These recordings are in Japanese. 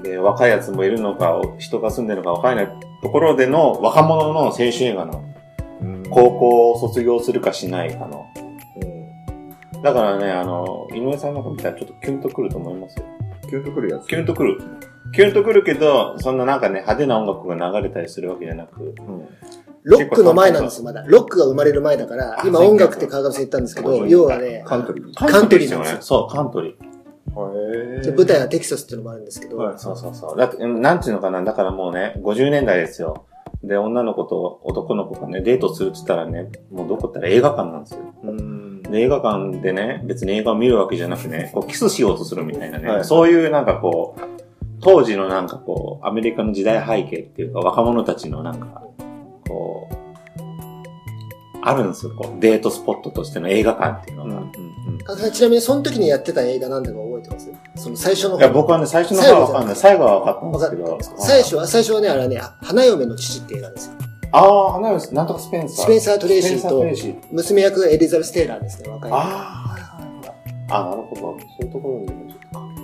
で、若いやつもいるのか、人が住んでるのかわからないところでの若者の青春映画の高校を卒業するかしないかの。だからね、あの、井上さんの子見たらちょっとキュンとくると思いますよ。キュンとくるやつ。キュンとくる。キュンとくるけど、そんななんかね、派手な音楽が流れたりするわけじゃなく、うんロックの前なんですよ、まだ。ロックが生まれる前だからあ、今そう音か楽って川上さん言ったんですけそうそど、う要はね、カントリー。カントリーですよカントリーなんねで。そう、カントリー。へ舞台はテキサスっていうのもあるんですけど、そうそうそう。だって、うんなんていうのかな、だからもうね、50年代ですよ。で、女の子と男の子がね、デートするって言ったらね、もうどこ行ったら映画館なんですよ。うん。で、映画館でね、別に映画を見るわけじゃなく ね、こうキスしようとするみたいなね、はいそういうなんかこう、当時のなんかこう、アメリカの時代背景っていうか、若者たちのなんか、こう、あるんですよ、こう、デートスポットとしての映画館っていうのうんうが。ん川上さんちなみにその時にやってた映画なんだか覚えてますその最初の方いや、僕はね、最初の方はわかんない。最後はわかったんわですかっけたんどで。すかは最い初は、最初はね、あれはね、花嫁の父って映画ですよ。ああ、花よ、なんとかスペンサー。スペンサートレーシーとスペンサトレーシー娘役がエリザベス・テイラーですね、若い。ああ、はいはいはい。あ、なるほど。そういうところにもちょっと関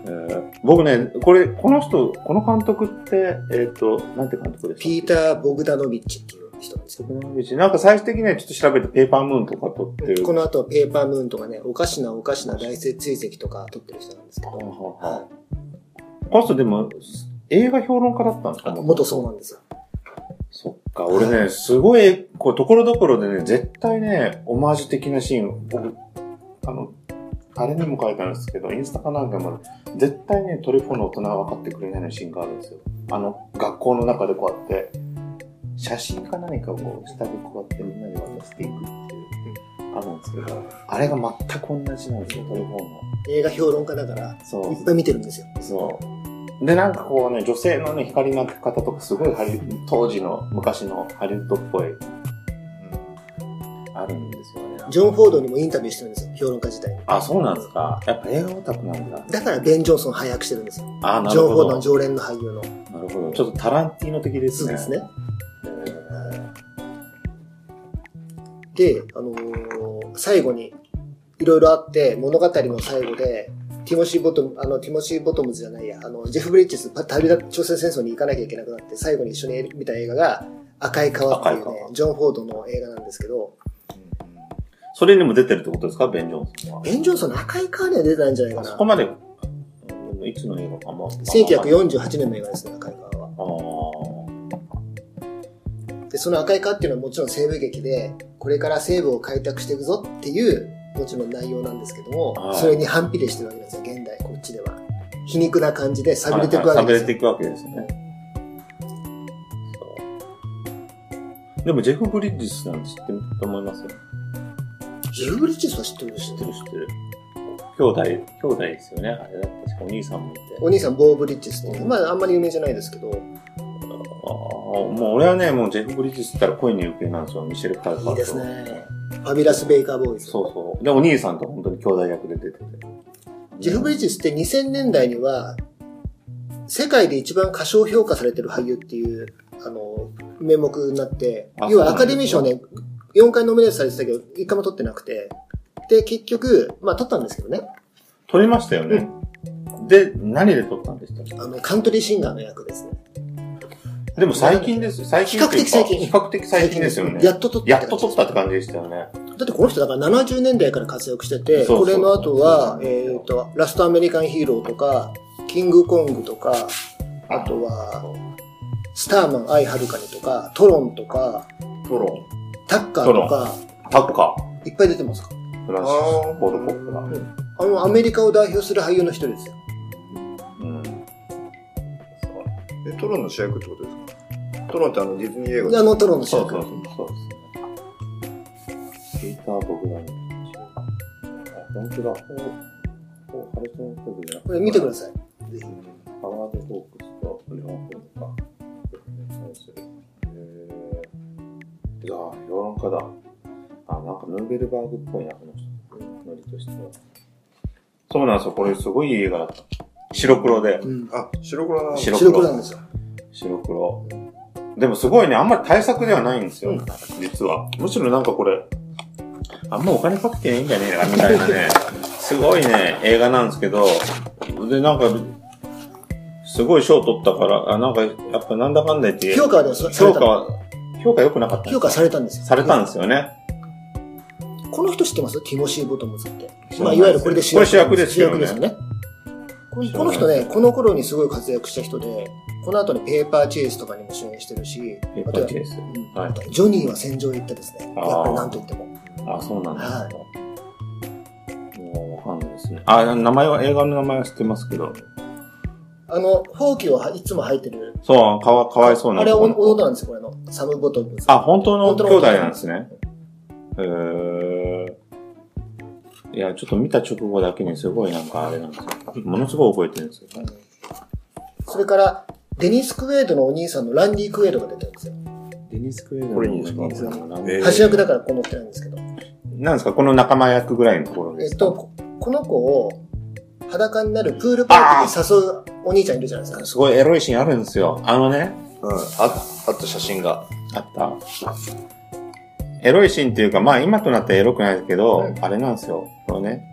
係がえー僕ね、これ、この人、この監督って、えっ、と、なんて監督ですかピーター・ボグダノビッチっていう人なんですよ。ーなんか最終的にはちょっと調べてペーパームーンとか撮ってる。この後、ペーパームーンとかね、おかしなおかしな大聖追跡とか撮ってる人なんですけはど、あはあはあこの人でも、映画評論家だったんですか元そうなんですよ。そっか、俺ね、すごい、こう、ところどころでね、絶対ね、オマージュ的なシーン、僕、あの、あれにも書いたんですけど、インスタかなんかも、絶対ね、トリフォの大人は分かってくれないようなシーンがあるんですよ。あの、学校の中でこうやって、写真か何かをこう、下でこうやってみんなで渡していくっていう、あるんですけど、あれが全く同じなんですよ、トリフォの。映画評論家だから、そういっぱい見てるんですよ。そう。で、なんかこうね、女性のね、光の当て方とか、すごいハリ、当時の昔のハリウッドっぽい、あるんですよね。ジョン・フォードにもインタビューしてるんですよ、評論家自体に。あ、そうなんですか。やっぱ映画オタクなんだ。だからベン・ジョンソン配役してるんですよ。あ、なジるョン・フォーほドど。の常連の俳優の。なるほど。ちょっとタランティーノ的ですそうね。ですね。へー。で、あのー最後に、いろいろあって、物語の最後で、ティモシー・ボトム、あの、ティモシー・ボトムズじゃないや、あの、ジェフ・ブリッジス、パ旅立朝鮮戦争に行かなきゃいけなくなって、最後に一緒に見た映画が、赤い川っていう赤いね、川ジョン・フォードの映画なんですけど、それにも出てるってことですか、ベン・ジョンソンは。ベン・ジョンソンの赤い川には出てないんじゃないかあそこな。まで、うんいつの映画かも。 1948年の映画ですね、赤い川は。あーで、その赤い川っていうのはもちろん西部劇で、これから西部を開拓していくぞっていう、もちろん内容なんですけども、はいそれに反比例してるわけなんですよ、現代、こっちでは。皮肉な感じではい寂はれいていくわけ寂でれすてよ。いくわけですね。そうでも、ジェフ・ブリッジスなんて知ってると思いますよ。ジルブリッジスは知ってるでし知ょってる知ってる。兄弟、兄弟ですよね。あれだ確かお兄さんもいて。お兄さん、ボー・ブリッジスっていう。まあ、あんまり有名じゃないですけど、あーもう俺はね、もうジェフ・ブリッジスって言ったら恋に行方なんですよ。ミシェル・パルパーと。いいですね。ファビュラス・ベイカー・ボーイズ。そうそう。で、お兄さんと本当に兄弟役で出てて。ジェフ・ブリッジスって2000年代には、世界で一番過小評価されてる俳優っていう、あの、名目になってあ、要そうはなアんだカデミー賞ね、4回ノミネートされてたけど、1回も取ってなくて、で、結局、まあ取ったんですけどね、取りましたよね。で、何で取ったんでしたっけあの、カントリーシンガーの役ですね。でも最近ですよ。最近っていうか比較的最近比較的最近ですよね。やっと取ったやっと取ったって感じでしたよね。だってこの人だから70年代から活躍してて、そうそうこれの後は、えっ、と、ラストアメリカンヒーローとか、キングコングとか、あとは、スターマン、アイハルカニとか、トロンとか、トロン。タッカーとか、タッカいっぱい出てますからー。フランシスあーフォード・コップラー。あの、アメリカを代表する俳優の一人ですよ。うん。え、トロンの主役ってことですかトロンってあのディズニー映画あの、トロンの主そう役そう。そう。そうですね。ピーター・ボグダニー。あ、本当だ。おおハリソン・フォードじゃなくてこれ見てください。ぜひ。ハワード・ホークスとレオン・フォードか。えー、いやー、評論家だ。あ、なんかヌーベルバーグっぽいな、この人。ノリとしては。そうなんですよ。これすごいいい映画だった。白黒で。うん。あ、白黒なんだ。白黒白黒なんですよ。白黒。でもすごいね、あんまり対策ではないんですよ、うん実は。むしろなんかこれ、あんまお金かけてないんじゃ ねえかみたいなね、すごいね、映画なんですけど、で、なんか、すごい賞取ったから、あなんか、やっぱなんだかんだ言って、評価はでもさされ評た価は、評価良くなかった。評価されたんですよ。されたんですよね。この人知ってますティモシー・ボトムズって。知らまなあ、いですいわゆるこれで主役。これ主役ですよね主役ですよね。ここの人ね、この頃にすごい活躍した人で、この後にペーパーチェイスとかにも主演してるし、ペあッとパーはチェイス。うんはいあとはジョニーは戦場へ行ったですね。あーやっぱりなんと言っても。あ、そうなんですか。もうわかんないですね。あ、名前は、映画の名前は知ってますけど、あの、ほうきをはいつも履いてる。そう、かわかわいそうなあれは男の子弟なんですよ、これの。サム・ボトムズ。あ、本当の兄弟なんですね。えー。いや、ちょっと見た直後だけにすごいなんかあれなんですよ。ものすごい覚えてるんですよ。うんそれから、デニス・クウェイドのお兄さんのランディ・クウェイドが出てるんですよ。デニス・クエイドの兄さんながんですかえー橋役だからこう乗ってないんですけど。なんですかこの仲間役ぐらいのところでえっすか、と、ここの子を裸になるプールパーティーに誘うお兄ちゃんいるじゃないですか。すごいエロいシーンあるんですよ。あのね、うん。あ、あった写真が。あった。エロいシーンっていうか、まあ今となってはエロくないですけど、うんあれなんですよ。このね、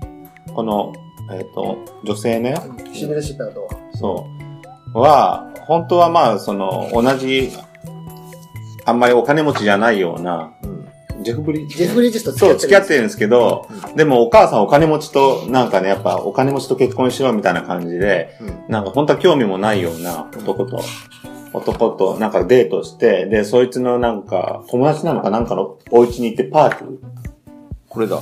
この、えっ、と、女性ね、シミルシップだと。そう。は、本当はまあ、その、同じ、あんまりお金持ちじゃないような、うん。ジェフブリジェフ・ブリッジスと付きそ合う、って付き合るってるんですけど、でもお母さんお金持ちと、なんかね、やっぱお金持ちと結婚しろみたいな感じで、うん。なんか本当は興味もないような男と、男となんかデートして、で、そいつのなんか、友達なのかなんかのお家に行ってパーティーこれだ。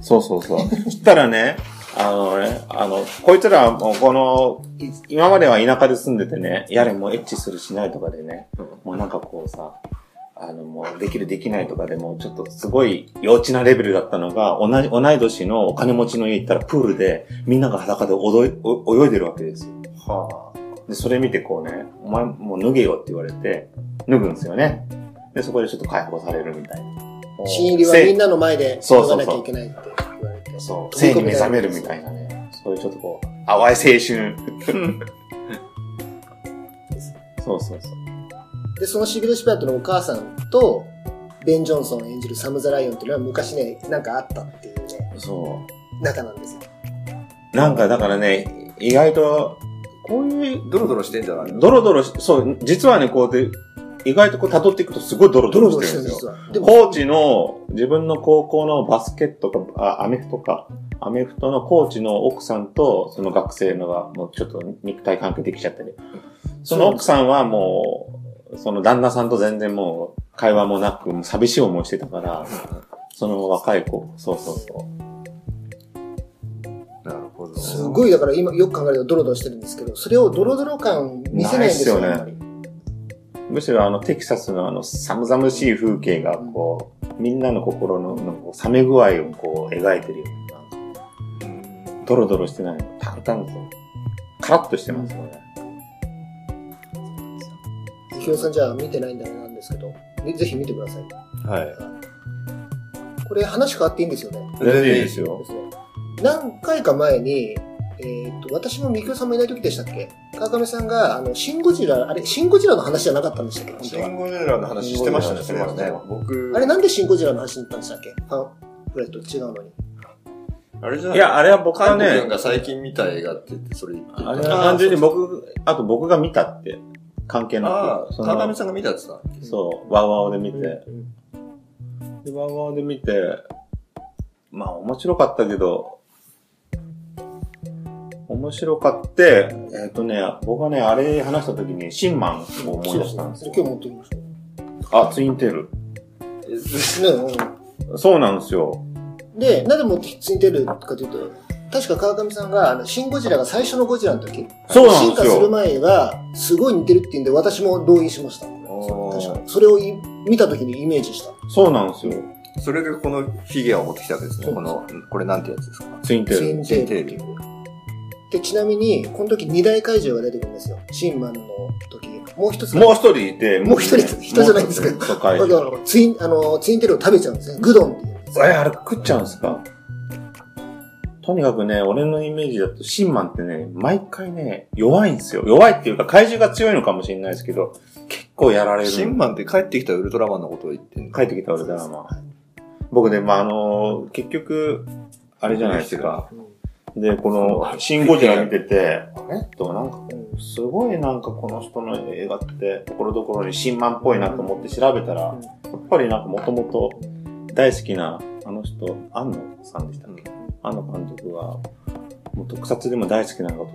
そうそう そう。そしたらね、あのね、あの、こいつらはもうこの、い今までは田舎で住んでてね、やれもうエッチするしないとかでね、うんもうなんかこうさ、あのもうできるできないとかでもうちょっとすごい幼稚なレベルだったのが、同じ、同い年のお金持ちの家行ったらプールでみんなが裸で踊いお泳いでるわけですよ。はあ。で、それ見てこうね、お前もう脱げよって言われて、脱ぐんですよね。で、そこでちょっと解放されるみたいな。新入りはみんなの前でそう動そかうそうなきゃいけないって言われて。そう、性に目覚めるみたいなね。そういうちょっとこう、淡い青春。そうそうそう。で、そのシビル・シペアトのお母さんと、ベン・ジョンソン演じるサム・ザ・ライオンっていうのは昔ね、なんかあったっていうね、そ仲なんですよ。う。なんかだからね、意外と、こういう、ドロドロしてんじゃないのドロドロし、そう、実はね、こうやって、意外とこう辿っていくとすごいドロドドロロドしロてしてるるんんでですよ。すわ。でも、コーチの、自分の高校のバスケットか、あアメフトか、アメフトのコーチの奥さんと、その学生のが、もうちょっと肉体関係できちゃったり。その奥さんはもう、その旦那さんと全然もう、会話もなく、もう寂しい思いしてたから、その若い子、そうそうそう。なるほど。すごい、だから今よく考えるとドロドロしてるんですけど、それをドロドロ感見せないんですよ、ないっすよねあんまり。むしろあの、テキサスのあの、寒々しい風景が、こう、みんなの心の、なんかこう冷め具合をこう、描いてるような。うん。ドロドロしてないの。淡々と。カラッとしてますよね。ゆきおさんじゃあ見てないんだねなんですけど、ぜぜひ見てください。はい。これ話変わっていいんですよね。全然いいですよ。何回か前に、えー、と私もみきおさんもいない時でしたっけ川上さんが、あの、シンゴジラ、あれ、シンゴジラの話じゃなかったんでしたっけ本シ当はンゴジラの話してましたね、シそンれゴはジラねの話。僕、あれなんでシンゴジラの話になったんでしたっけパンフレット違うのに。あれじゃないいや、あれは僕は韓国ね君、が最近見た映画って言って、それ言ってた。あれは単純に僕、あと僕が見たって、関係なあく、あ、そ川上の、さんが見たって言ってた。そう、ワウワウで見て、うんで、ワンワンで見て、まあ面白かったけど、面白かって、えっ、とね、僕はね、あれ話した時に、シンマンを思い出したんですそれよ。今日持ってきましあ、ツインテール。た。ね、うん。そうなんですよ。で、なぜもってついてるかというと、確か川上さんが、あの、シンゴジラが最初のゴジラの時、そうなん進で化すするよ。前が、すごい似てるって言うんで、私も同意しました。おー確かに。それをい見た時にイメージした。そうなんですよ。それでこのフィギュアを持ってきたわけですね。そうこの、これなんてやつですかツインテツーイル。ンテールっていう。で、ちなみに、この時二大怪獣が出てくるんですよ。シンマンの時。もう一つが。もう一人いて、もう一人人じゃないんですけどもう一人とかいだるからツイン、あの、ツインテールを食べちゃうんですね。グドンっていう。え、あれ食っちゃうんですかとにかくね、俺のイメージだと、シンマンってね、毎回ね、弱いんですよ。弱いっていうか、怪獣が強いのかもしれないですけど、結構やられる。シンマンって帰ってきたウルトラマンのことを言ってんの帰ってきた俺だな、まあ。僕ね、まあ、あのー結局、あれじゃないですか。で、この、シンゴジラ見てて、あれとなんか、すごいなんかこの人の映画って、ところどころにシンマンっぽいなと思って調べたら、やっぱりなんかもともと大好きな、あの人、安野さんでしたっけ安野監督が、もう特撮でも大好きなのが、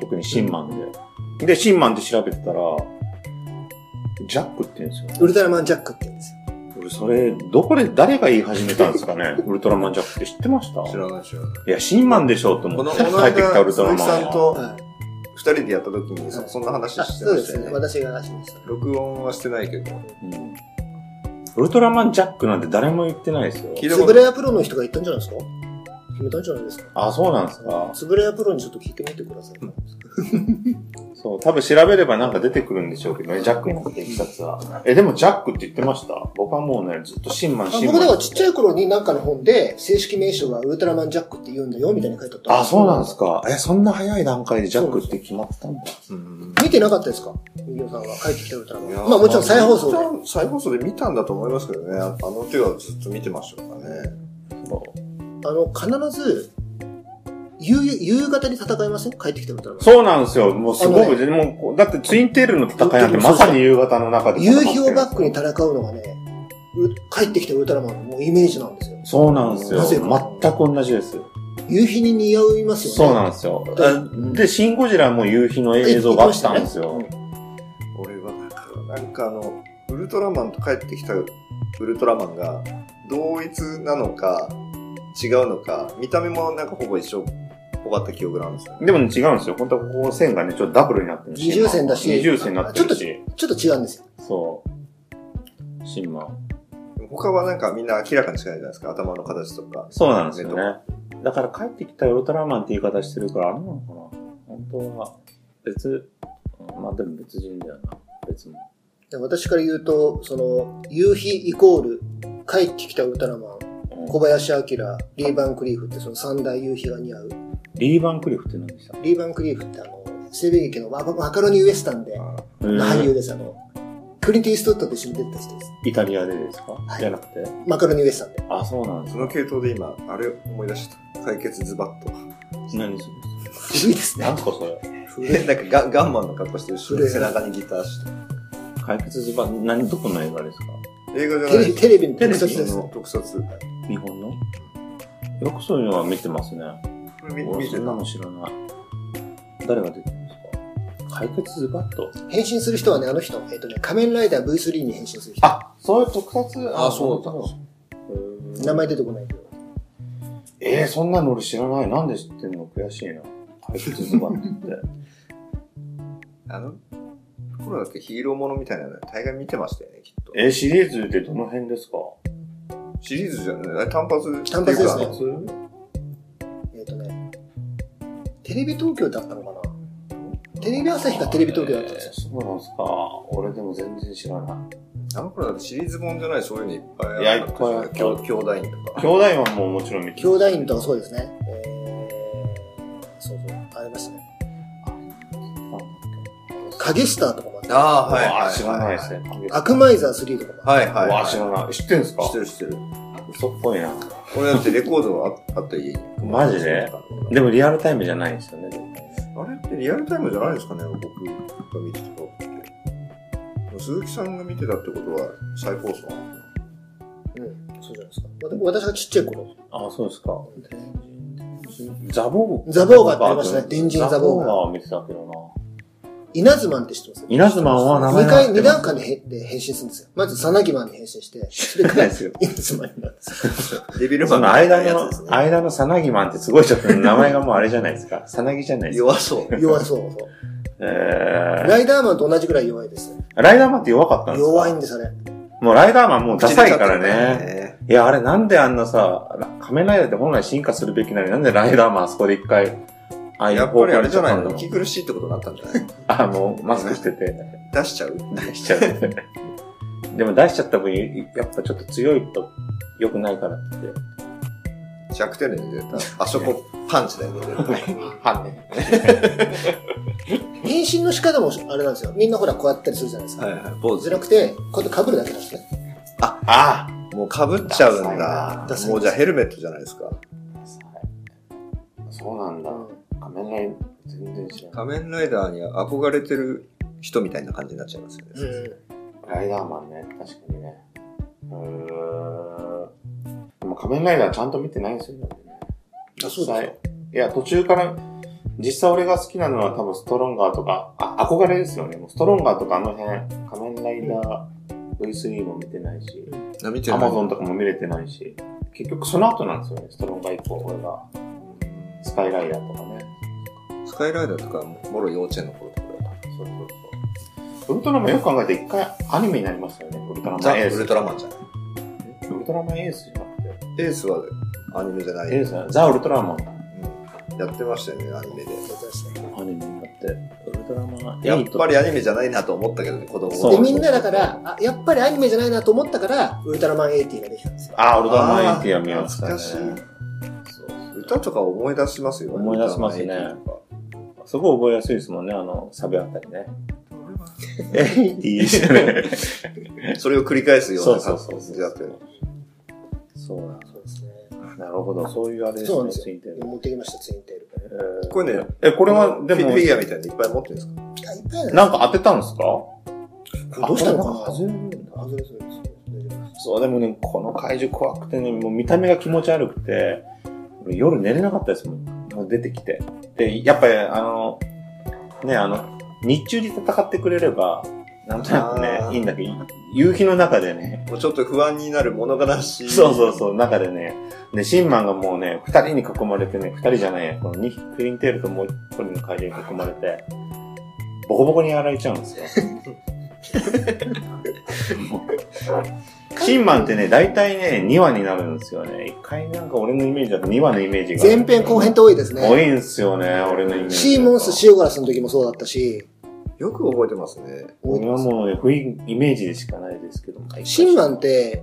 特にシンマンで。で、シンマンで調べてたら、ジャックって言うんですよ。ウルトラマンジャックって言うんですよ。俺、それ、どこで、誰が言い始めたんですか ねウルトラマンジャックって知ってました知らない知らない。いや、シンマンでしょうと思この、っこて、の帰ってきた間、ウルト鈴木ラマンさんは。とはい。二人でやった時に、そそんな話あしてそまうでしたすよね。ね。私が話しました。録音はしてないけど。うんウルトラマンジャックなんて誰も言ってないですよ。聞いたつことぶれない。やプロの人が言ったんじゃないですか決めたんじゃないですかあ、そうなんですか。つぶれやプロにちょっと聞いてみてください。そう、多分調べればなんか出てくるんでしょうけどね、ジャックになっていきさつは。え、でもジャックって言ってました僕はもうね、ずっとシンマン、シンマン。僕だからちっちゃい頃になんかの本で正式名称がウルトラマンジャックって言うんだよみたいに書いてあった。あ、そうなんですか。え、そんな早い段階でジャックって決まってたんだ。うん見てなかったですか右尾さんは帰ってきたウルトラマいやン。まあもちろん再放送で。まあ再放送で見たんだと思いますけどね。あの手はずっと見てましたからね。あの、必ず、夕、夕方に戦いません帰ってきたウルトラマン。そうなんですよ。もうすごあのく、もう、だってツインテールの戦いなんてまさに夕方の中で。夕日をバックに戦うのがね、ウル帰ってきたウルトラマンのもうイメージなんですよ。そうなんですよ。なぜ全かく同じです。夕日に似合いますよね。そうなんですよ。あで、シンゴジラも夕日の映像があったんですよ言。ってましたね俺はだから、なんかあの、ウルトラマンと帰ってきたウルトラマンが、同一なのか、違うのか、見た目もなんかほぼ一緒っぽかった記憶なんですよね。でもね、違うんですよ。本当はここ線がね、ちょっとダブルになってる二重線だし二重線になってるし。うんちょっと違うんですよ。そう。シンマン。でも他はなんかみんな明らかに違うじゃないですか。頭の形とか。そうなんですよね。だから帰ってきたウルトラマンって言い方してるから、あれなのかな本当は、別、うんまあでも別人だよな。別も。で私から言うと、その、夕日イコール、帰ってきたウルトラマン、うん小林明、リーバンクリーフってその三大夕日が似合う。リーバンクリフって何でしたリーバンクリーフってあの、西部劇のママカロニウエスタンで、俳優です。あの、クリント・イーストウッドと一緒に出てた人です。イタリアでですか、いじゃなくてマカロニウエスタンで。あ、そうなんですその系統で今、あれ思い出した。解決ズバッと。何それ古いですね何。すかそれえなんかガガンマンの格好してる古いし、背中にギターして。解決図版、何どこの映画ですか映画じテゃなレいビテレビの特特撮撮でですす。特撮。日本のよくそういうのは見てますね。これ見俺見そてんなた。の知らない。誰が出てるんですか解決図版と。変身する人はね、あの人、えっ、とね、仮面ライダー V3 に変身する人。あ、そういう特撮あそうだったんだ名前出てこないけど。えー、そんなの俺知らない。なんで知ってんの悔しいな。解決図版って。あの、頃だってヒーローものみたいなの大概見てましたよね、きっと。えー、シリーズってどの辺ですかシリーズじゃないあれ単発っていうか単発ですねあのえっ、とね、テレビ東京だったのかなテレビ朝日かテレビ東京だったんですよ。えーそうなんですか。俺でも全然知らない。あの頃だってシリーズ本じゃないそういうのいっぱいいやいあっったぱいあったじゃん兄兄弟院とか。兄弟はもうもちろん見て兄弟院とかそうですね。えハゲスターとかもあって、ああ、ははいい。わー。知らないですね。アクマイザー3とかもあっはいはい、は。はいい。わー、知らない。知ってんすか知ってる知ってる。嘘っぽいな。俺だってレコードああった家に。マジあででもリアルタイムじゃないですよね。れってリアルタイムじゃないですかね、僕が見てたのって。鈴木さんが見てたってことは再放送なのかて、うん、そうじゃないですか。まあでも私がちっちゃい頃、あ、そうですか。ザボーザボーガーってありましたね電人ザボーザボガーーガーを見てたけどな。イナズマンって知ってます稲妻は名前二が回、二段階にへで変身するんですよ。まず、サナギマンに変身して、それから、イですよ。ナズマンになるんですよ。デビルマそンの間の、やつですね。間のさなぎマンってすごいちょっと名前がもうあれじゃないですか。 さなぎじゃないですか。弱そう。弱そうそう。えライダーマンと同じくらい弱いですね。ー、ライダーマンって弱かったんですか弱いんです、あれ。もうライダーマンもうダサいから口に立ってね。るね。いや、あれなんであんなさ、仮面ライダーって本来進化するべきなのになんでライダーマンあそこで一回、ああいやうっぱりあれじゃない方の向に行っちゃ息っ苦しいってことになったんじゃないたんだあ、もうマスクして て、出しちゃう出しちゃう。でも出しちゃった分、やっぱちょっと強いと良くないからって。弱点で出た。あそこパンチだよね。絶対はね。変身の仕方もあれなんですよ。みんなほら、こうやったりするじゃないですか。はいはい。坊じ主ゃ。なくて、こうやって被るだけなんですね。あもう被っちゃうんだダサい。なもうじゃあヘルメットじゃないですか。そうなんだ。仮面ライダー全然知ら仮面ライダーに憧れてる人みたいな感じになっちゃいますよね。うん。い。ライダーマンね、確かにね。うーん。でも仮面ライダーちゃんと見てないんですよね。あそうですか実際いや、途中から、実際俺が好きなのは多分ストロンガーとか、あ、憧れですよね。もうストロンガーとかあの辺、仮面ライダー V3 も見てないし、あ見てアるマゾンとかも見れてないし、結局その後なんですよね、ストロンガー以降、俺が。スカイライダーとかね。スカイライダーとか、もろ幼稚園の頃とかだっそうそうそう。ウルトラマンよく考えて一回アニメになりましたよね、ウルトラた。マザ・ンエース。ウルトラマンじゃないウルトラマンエースじゃなくて、エースはアニメじゃない。エースなザ・ウルトラマンうんやってましたよね、アニメで。アニメになって、ウルトラマンやっぱりりアニメじゃないなと思ったけどね、子供そうで、はみんなだから、あ、やっぱりアニメじゃないなと思ったから、ウルトラマン80ができたんですよ。あー、ウルトラマンエースや見ましたね。懐かしいそうそう歌とか思い出しますよね。思い出しますねウルトラマンエイティとかすごい覚えやすいですもんね、あの、サビあたりね。えいいですね。それを繰り返すようそうなそう感そうじだったよ。そうなんそうですね。なるほど、そういうあれですね。そうなんですついてる持ってきました、ツインテール。えーこれね、え、これは、でフもィ、ギュアみたいにいっぱい持ってるんですかあ、いっぱいなんか、か当てたんですかこれどうしたのあこれなんかかな外れるんだ。外れそうです大丈夫です。そう、でもね、この怪獣怖くてね、もう見た目が気持ち悪くて、俺夜寝れなかったですもん。もう出てきて。で、やっぱり、あの、ね、あの、日中に戦ってくれれば、なんとなくあーね、いいんだけど、夕日の中でね、もうちょっと不安になる物悲しい。そうそうそう、中でね、で、シンマンがもうね、二人に囲まれてね、二人じゃないや、このニクリンテールともう一人の怪獣に囲まれて、ボコボコにやられちゃうんですよ。もうシンマンってね、大体ね、2話になるんですよね。一回なんか俺のイメージだと2話のイメージが。前編後編って多いです多いね。んですよね、俺のイメージ。シーモンス、塩ガラスの時もそうだったし、よく覚えてますね。多い俺ではすもうね、不意イメージでしかないですけども。シンマンって、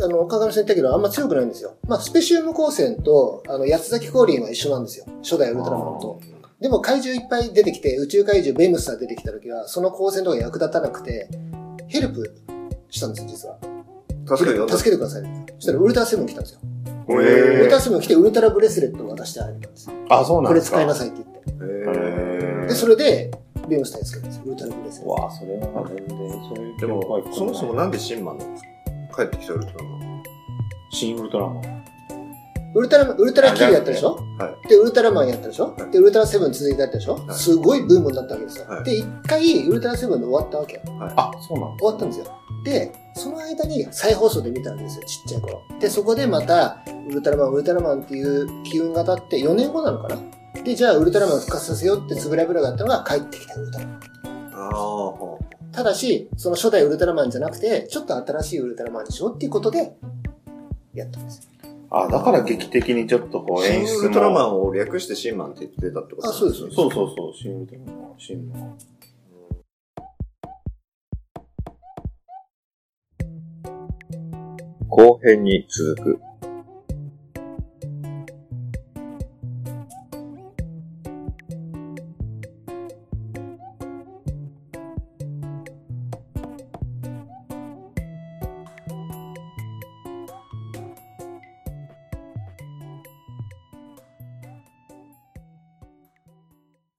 あの、岡上先だけど、あんま強くないんですよ。まあ、スペシウム光線と、あの、八つ崎降臨は一緒なんですよ。初代ウルトラマンと。でも怪獣いっぱい出てきて、宇宙怪獣ベムスター出てきた時は、その光線とか役立たなくて、ヘルプしたんですよ、実は。助けるよ。助けてください。そしたらウルトラセブン来たんですよ。へウルトーラセブン来てウルトラブレスレットを渡してあげたんですよ。あ、そうなんこれですか。使いなさいって言って。へへーで、それで、ベムスターにつけたんですよ。ウルトラブレスレット。わあ、それは全然、そういうでも、そもそもなんででシンマンなんですか帰ってきたウルトラマン。シン・ウルトラマン。ウルトラマン、ウルトラキルやったでしょはで、ウルトラマンやったでしょはいで、ウルトラセブン続いてやったでしょいすごいブームになったわけですよは。いで、一回、ウルトラセブンで終わったわけ。終あ、そうなんわったんですよ。で、その間に再放送で見たんですよ、ちっちゃい頃。で、そこでまた、ウルトラマン、ウルトラマンっていう機運が立って、4年後なのかなで、じゃあ、ウルトラマン復活させようってつぶらぶらがあったのが、帰ってきたウルトラマン。ああ。ただし、その初代ウルトラマンじゃなくて、ちょっと新しいウルトラマンにしようっていうことで、やったんですよ。あ、だから劇的にちょっとこうシ演ン・出ウも。ルトラマンを略してシンマンって言ってたってことあそうですそうですそうそうそう、シン・ウルトラマン、シンマン。後編に続く。